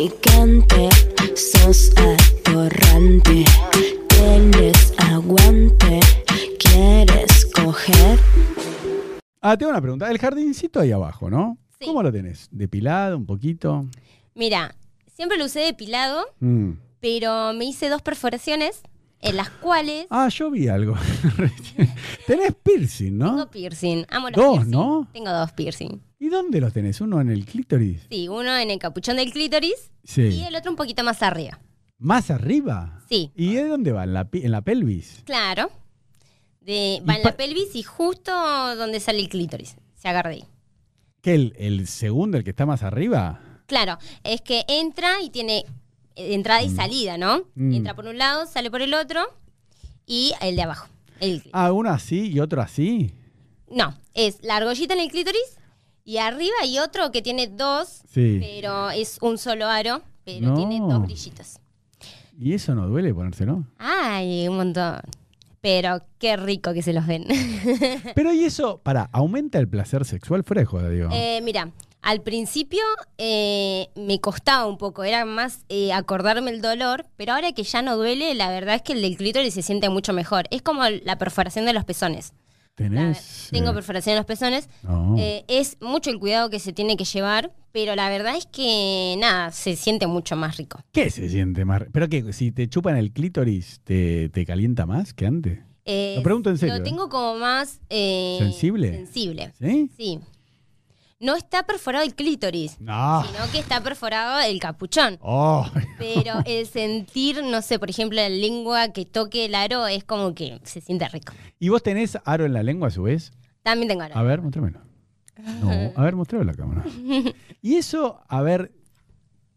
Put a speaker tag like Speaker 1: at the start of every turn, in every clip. Speaker 1: atorrante, sos atorrante. Tienes aguante, quieres coger.
Speaker 2: Ah, tengo una pregunta. El jardincito ahí abajo, ¿no?
Speaker 3: Sí.
Speaker 2: ¿Cómo lo tenés? ¿Depilado un poquito?
Speaker 3: Mira, siempre lo usé depilado,
Speaker 2: Mm.
Speaker 3: pero me hice dos perforaciones en las cuales
Speaker 2: Ah, yo vi algo. tenés piercing,
Speaker 3: tengo
Speaker 2: ¿no?
Speaker 3: piercing. Amo los
Speaker 2: Dos,
Speaker 3: piercing.
Speaker 2: ¿no?
Speaker 3: Tengo dos piercing.
Speaker 2: ¿Y dónde los tenés? ¿Uno en el clítoris?
Speaker 3: Sí, uno en el capuchón del clítoris y
Speaker 2: Sí.
Speaker 3: el otro un poquito más arriba.
Speaker 2: ¿Más arriba?
Speaker 3: Sí.
Speaker 2: ¿Y es dónde va? ¿En la, pi- en la pelvis?
Speaker 3: Claro. De, va en
Speaker 2: pa-
Speaker 3: la pelvis y justo donde sale el clítoris. Se agarra ahí.
Speaker 2: ¿Que el, el segundo, el que está más arriba?
Speaker 3: Claro, es que entra y tiene eh, entrada y salida, ¿no?
Speaker 2: Mm.
Speaker 3: Entra por un lado, sale por el otro y el de abajo. El clítoris.
Speaker 2: Ah, uno así y otro así.
Speaker 3: No, es la argollita en el clítoris y arriba hay otro que tiene dos,
Speaker 2: Sí.
Speaker 3: pero es un solo aro, pero
Speaker 2: No.
Speaker 3: tiene dos brillitos.
Speaker 2: ¿Y eso no duele ponérselo?
Speaker 3: Ay, un montón. Pero qué rico que se los ven.
Speaker 2: Pero y eso, para, aumenta el placer sexual fuera de joda, digo.
Speaker 3: Eh, mira, al principio eh, me costaba un poco, era más eh, acordarme el dolor, pero ahora que ya no duele, la verdad es que el del clítoris se siente mucho mejor. Es como la perforación de los pezones. La-
Speaker 2: ¿Tenés?
Speaker 3: tengo
Speaker 2: eh,
Speaker 3: perforación en los pezones.
Speaker 2: no.
Speaker 3: Eh, es mucho el cuidado que se tiene que llevar, pero la verdad es que nada, se siente mucho más rico.
Speaker 2: ¿Qué se siente más? re- ¿Pero que Si te chupan el clítoris, ¿te, te calienta más que antes?
Speaker 3: Eh,
Speaker 2: Lo pregunto en serio,
Speaker 3: Lo
Speaker 2: ¿eh?
Speaker 3: tengo como más... eh,
Speaker 2: ¿Sensible?
Speaker 3: Sensible,
Speaker 2: ¿Sí?
Speaker 3: sí. No está perforado el clítoris,
Speaker 2: No.
Speaker 3: sino que está perforado el capuchón.
Speaker 2: Oh.
Speaker 3: Pero el sentir, no sé, por ejemplo, la lengua que toque el aro es como que se siente rico.
Speaker 2: ¿Y vos tenés aro en la lengua a su vez?
Speaker 3: También tengo aro.
Speaker 2: A ver, mostrámelo. No, a ver, mostrámelo a la cámara. Y eso, a ver,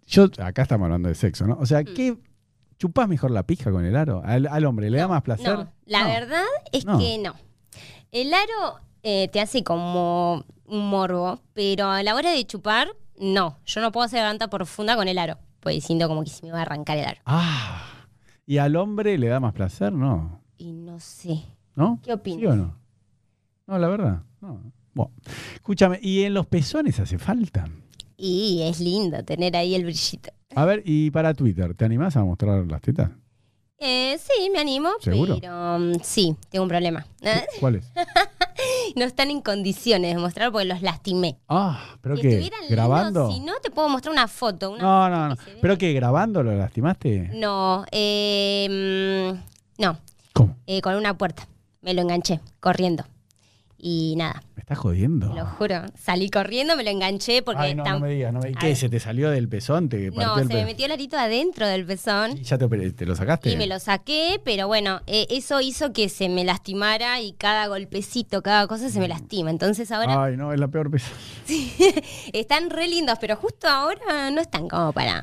Speaker 2: yo acá estamos hablando de sexo, ¿no? O sea,
Speaker 3: Mm.
Speaker 2: ¿qué chupás mejor la pija con el aro? Al, al hombre, ¿le da más placer?
Speaker 3: No, la
Speaker 2: No.
Speaker 3: verdad es
Speaker 2: No.
Speaker 3: que no. El aro eh, te hace como un morbo, pero a la hora de chupar, no. Yo no puedo hacer garganta profunda con el aro, pues siento como que se me va a arrancar el aro.
Speaker 2: Ah. ¿Y al hombre le da más placer? No.
Speaker 3: Y no sé.
Speaker 2: ¿No?
Speaker 3: ¿Qué opinas?
Speaker 2: ¿Sí o no? No, la verdad. No. Bueno, escúchame, ¿y en los pezones hace falta?
Speaker 3: Y es lindo tener ahí el brillito.
Speaker 2: A ver, y para Twitter, ¿te animás a mostrar las tetas?
Speaker 3: Eh, sí, me animo,
Speaker 2: ¿Seguro?
Speaker 3: pero um, sí, tengo un problema.
Speaker 2: ¿Cuáles?
Speaker 3: No están en condiciones de mostrar porque los lastimé.
Speaker 2: Ah, ¿pero
Speaker 3: Si
Speaker 2: qué?
Speaker 3: estuvieran lindos,
Speaker 2: ¿Grabando?
Speaker 3: si no, te puedo mostrar una foto. una-
Speaker 2: No, no, no.
Speaker 3: que se ve.
Speaker 2: ¿Pero qué? ¿Grabando lo lastimaste?
Speaker 3: No, eh, mm, no.
Speaker 2: ¿Cómo?
Speaker 3: eh, con una puerta. Me lo enganché, corriendo. Y nada,
Speaker 2: ¿Me estás jodiendo?
Speaker 3: lo juro. Salí corriendo, me lo enganché porque...
Speaker 2: Ah. Ay, no, no
Speaker 3: tam-
Speaker 2: me digas, no me digas.
Speaker 3: A
Speaker 2: ¿Qué?
Speaker 3: ver.
Speaker 2: ¿Se te salió del pezón? ¿Te partió
Speaker 3: No,
Speaker 2: el
Speaker 3: se me
Speaker 2: pezón?
Speaker 3: metió el arito adentro del pezón
Speaker 2: ¿Y ya te, operé- te lo sacaste?
Speaker 3: y me lo saqué, pero bueno, eh, eso hizo que se me lastimara y cada golpecito, cada cosa
Speaker 2: Mm.
Speaker 3: se me lastima. Entonces ahora
Speaker 2: Ay, no, es la peor pezón.
Speaker 3: están re lindos, pero justo ahora no están como para...